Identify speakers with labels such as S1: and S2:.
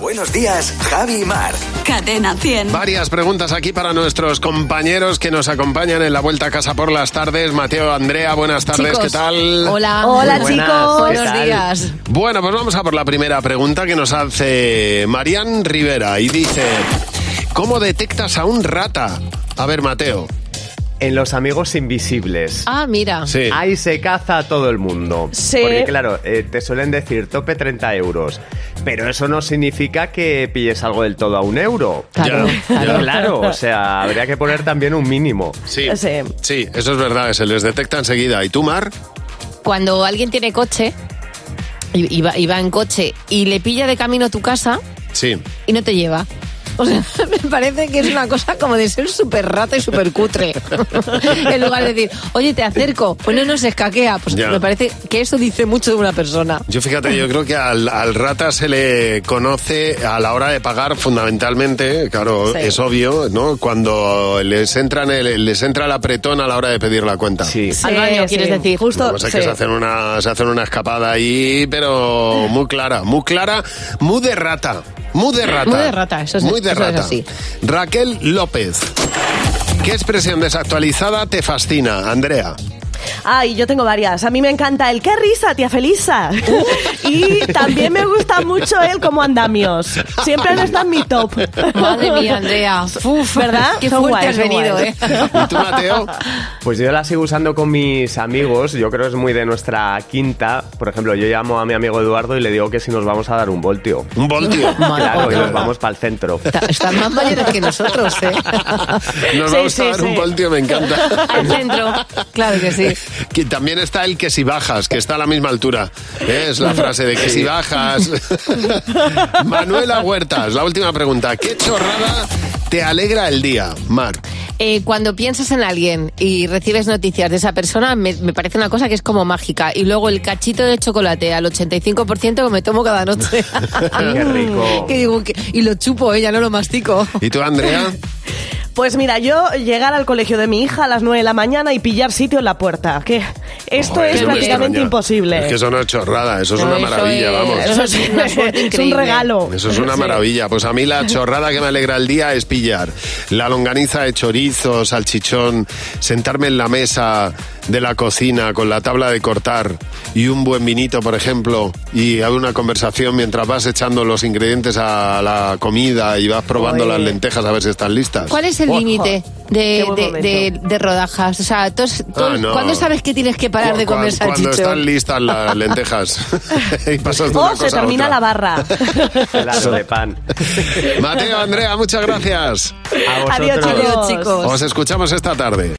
S1: Buenos días, Javi y Mar.
S2: Cadena 100.
S3: Varias preguntas aquí para nuestros compañeros que nos acompañan en la vuelta a casa por las tardes. Mateo, Andrea, buenas tardes,
S4: Chicos,
S3: ¿qué tal?
S4: Hola.
S5: Hola,
S4: Muy
S5: chicos.
S4: Buenos
S5: ¿Qué tal?
S4: días.
S3: Bueno, pues vamos a por la primera pregunta que nos hace Marian Rivera y dice, ¿cómo detectas a un rata? A ver, Mateo.
S6: En los amigos invisibles.
S4: Ah, mira.
S3: Sí.
S6: Ahí se caza a todo el mundo.
S5: Sí.
S6: Porque claro, eh, te suelen decir tope 30 euros. Pero eso no significa que pilles algo del todo a un euro.
S4: Claro,
S3: Ya,
S4: claro.
S6: Claro, o sea, habría que poner también un mínimo.
S3: Sí.
S5: Sí.
S3: Sí, eso es verdad, se les detecta enseguida. ¿Y tú, Mar?
S4: Cuando alguien tiene coche y, y va, y va en coche y le pilla de camino a tu casa
S3: Sí.
S4: y no te lleva. O sea, me parece que es una cosa como de ser súper rata y súper cutre. en lugar de decir, oye, te acerco, pues no nos escaquea. Pues
S3: Ya.
S4: me parece que eso dice mucho de una persona.
S3: Yo fíjate, yo creo que al, al rata se le conoce a la hora de pagar fundamentalmente, claro,
S4: Sí.
S3: es obvio, ¿no? Cuando les, entran el- les entra el apretón a la hora de pedir la cuenta.
S6: Sí.
S4: Al baño, quieres decir.
S5: Justo.
S3: Vamos, es que
S5: sí.
S3: se hacen, una, se hacen una escapada ahí, pero muy clara, muy clara, muy de rata. Muy de rata.
S4: Muy de rata, eso es-
S3: Muy de
S4: eso es
S3: rata.
S4: así.
S3: Raquel López. ¿Qué expresión desactualizada te fascina, Andrea?
S5: Ay, yo tengo varias. A mí me encanta el qué risa, tía Felisa. y también me gusta mucho el como andamios. Siempre no está en mi top.
S4: Madre mía, Andrea. Uf,
S5: ¿Verdad?
S4: Qué
S5: Son
S4: fuerte
S5: guays,
S4: has
S5: son
S4: venido,
S5: guays.
S4: ¿eh?
S3: ¿Y tú, Mateo?
S6: Pues yo la sigo usando con mis amigos, yo creo es muy de nuestra quinta. Por ejemplo, yo llamo a mi amigo Eduardo y le digo que si nos vamos a dar un voltio.
S3: Un voltio.
S6: Claro, y nos vamos para el centro.
S4: Está- Están más mayores que nosotros, ¿eh?
S3: Nos
S5: Sí,
S3: vamos
S5: sí,
S3: a dar un
S5: sí.
S3: voltio, me encanta.
S4: Al centro. Claro que sí.
S3: Que también está el que si bajas, que está a la misma altura. ¿eh? Es la frase de que si bajas. Manuela Huertas, la última pregunta. ¿Qué chorrada te alegra el día, Mar?
S4: Eh, cuando piensas en alguien y recibes noticias de esa persona, me, me parece una cosa que es como mágica. Y luego el cachito de chocolate al 85% que me tomo cada noche. Mm,
S6: Qué rico.
S4: Que digo que- y lo chupo, ¿eh? ya no lo mastico.
S3: ¿Y tú, Andrea?
S5: Pues mira, yo llegar al colegio de mi hija a las 9 de la mañana y pillar sitio en la puerta. Que esto
S3: Joder,
S5: es
S3: no me
S5: prácticamente
S3: extraña.
S5: imposible. Eh,
S3: Es que eso no es chorrada, eso es
S4: No,
S3: una
S4: eso
S3: maravilla,
S4: es-
S3: vamos.
S4: eso es una suerte
S5: es un
S4: increíble.
S5: regalo.
S3: Eso es una
S5: Sí.
S3: maravilla. Pues a mí la chorrada que me alegra el día es pillar la longaniza de chorizo, salchichón, sentarme en la mesa de la cocina con la tabla de cortar y un buen vinito, por ejemplo, y haber una conversación mientras vas echando los ingredientes a la comida y vas probando
S5: Oye.
S3: las lentejas a ver si están listas.
S4: ¿Cuál es el
S3: Buah.
S4: límite de,
S5: Qué buen
S4: de-
S5: momento.
S4: de- de rodajas? O sea, ¿tú- tú-
S3: Ah, no.
S4: ¿cuándo sabes que tienes que parar de
S3: Cu-
S4: comer
S3: cuan- Cuando están
S4: salchichón?
S3: listas las lentejas y pasas de una
S5: O se
S3: cosa a
S5: termina
S3: otra.
S5: la barra.
S6: Pedazo de pan.
S3: Mateo, Andrea, muchas gracias.
S6: A
S5: Adiós,
S6: vosotros.
S4: Adiós, chicos.
S3: Os escuchamos esta tarde.